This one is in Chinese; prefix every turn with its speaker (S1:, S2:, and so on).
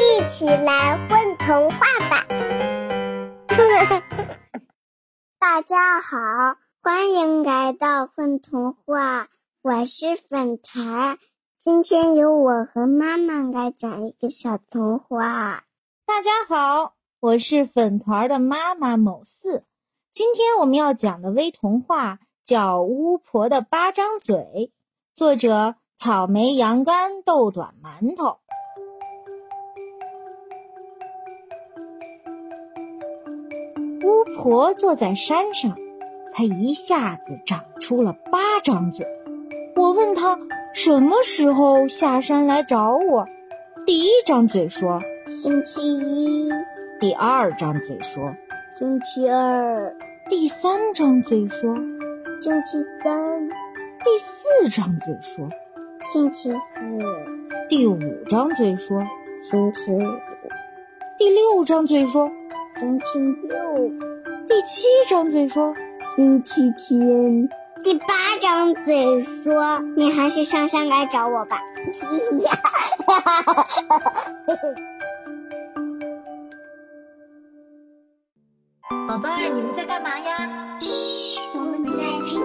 S1: 一起来混童话吧！ 大家好，欢迎来到混童话，我是粉茶。今天由我和妈妈来讲一个小童话。
S2: 大家好，我是粉团儿的妈妈某四。今天我们要讲的微童话叫《巫婆的八张嘴》，作者草莓、杨干、豆短、馒头。巫婆坐在山上，她一下子长出了八张嘴。我问她什么时候下山来找我，第一张嘴说。
S1: 星期一，
S2: 第二张嘴说，
S1: 星期二，
S2: 第三张嘴说，
S1: 星期三，
S2: 第四张嘴说，
S1: 星期四，
S2: 第五张嘴说，
S1: 星期五，
S2: 第六张嘴说，
S1: 星期六，
S2: 第七张嘴说，
S1: 星期天。第八张嘴说：“你还是上山来找我吧。
S3: 宝贝儿，你们在干嘛呀？”
S1: 我们在听。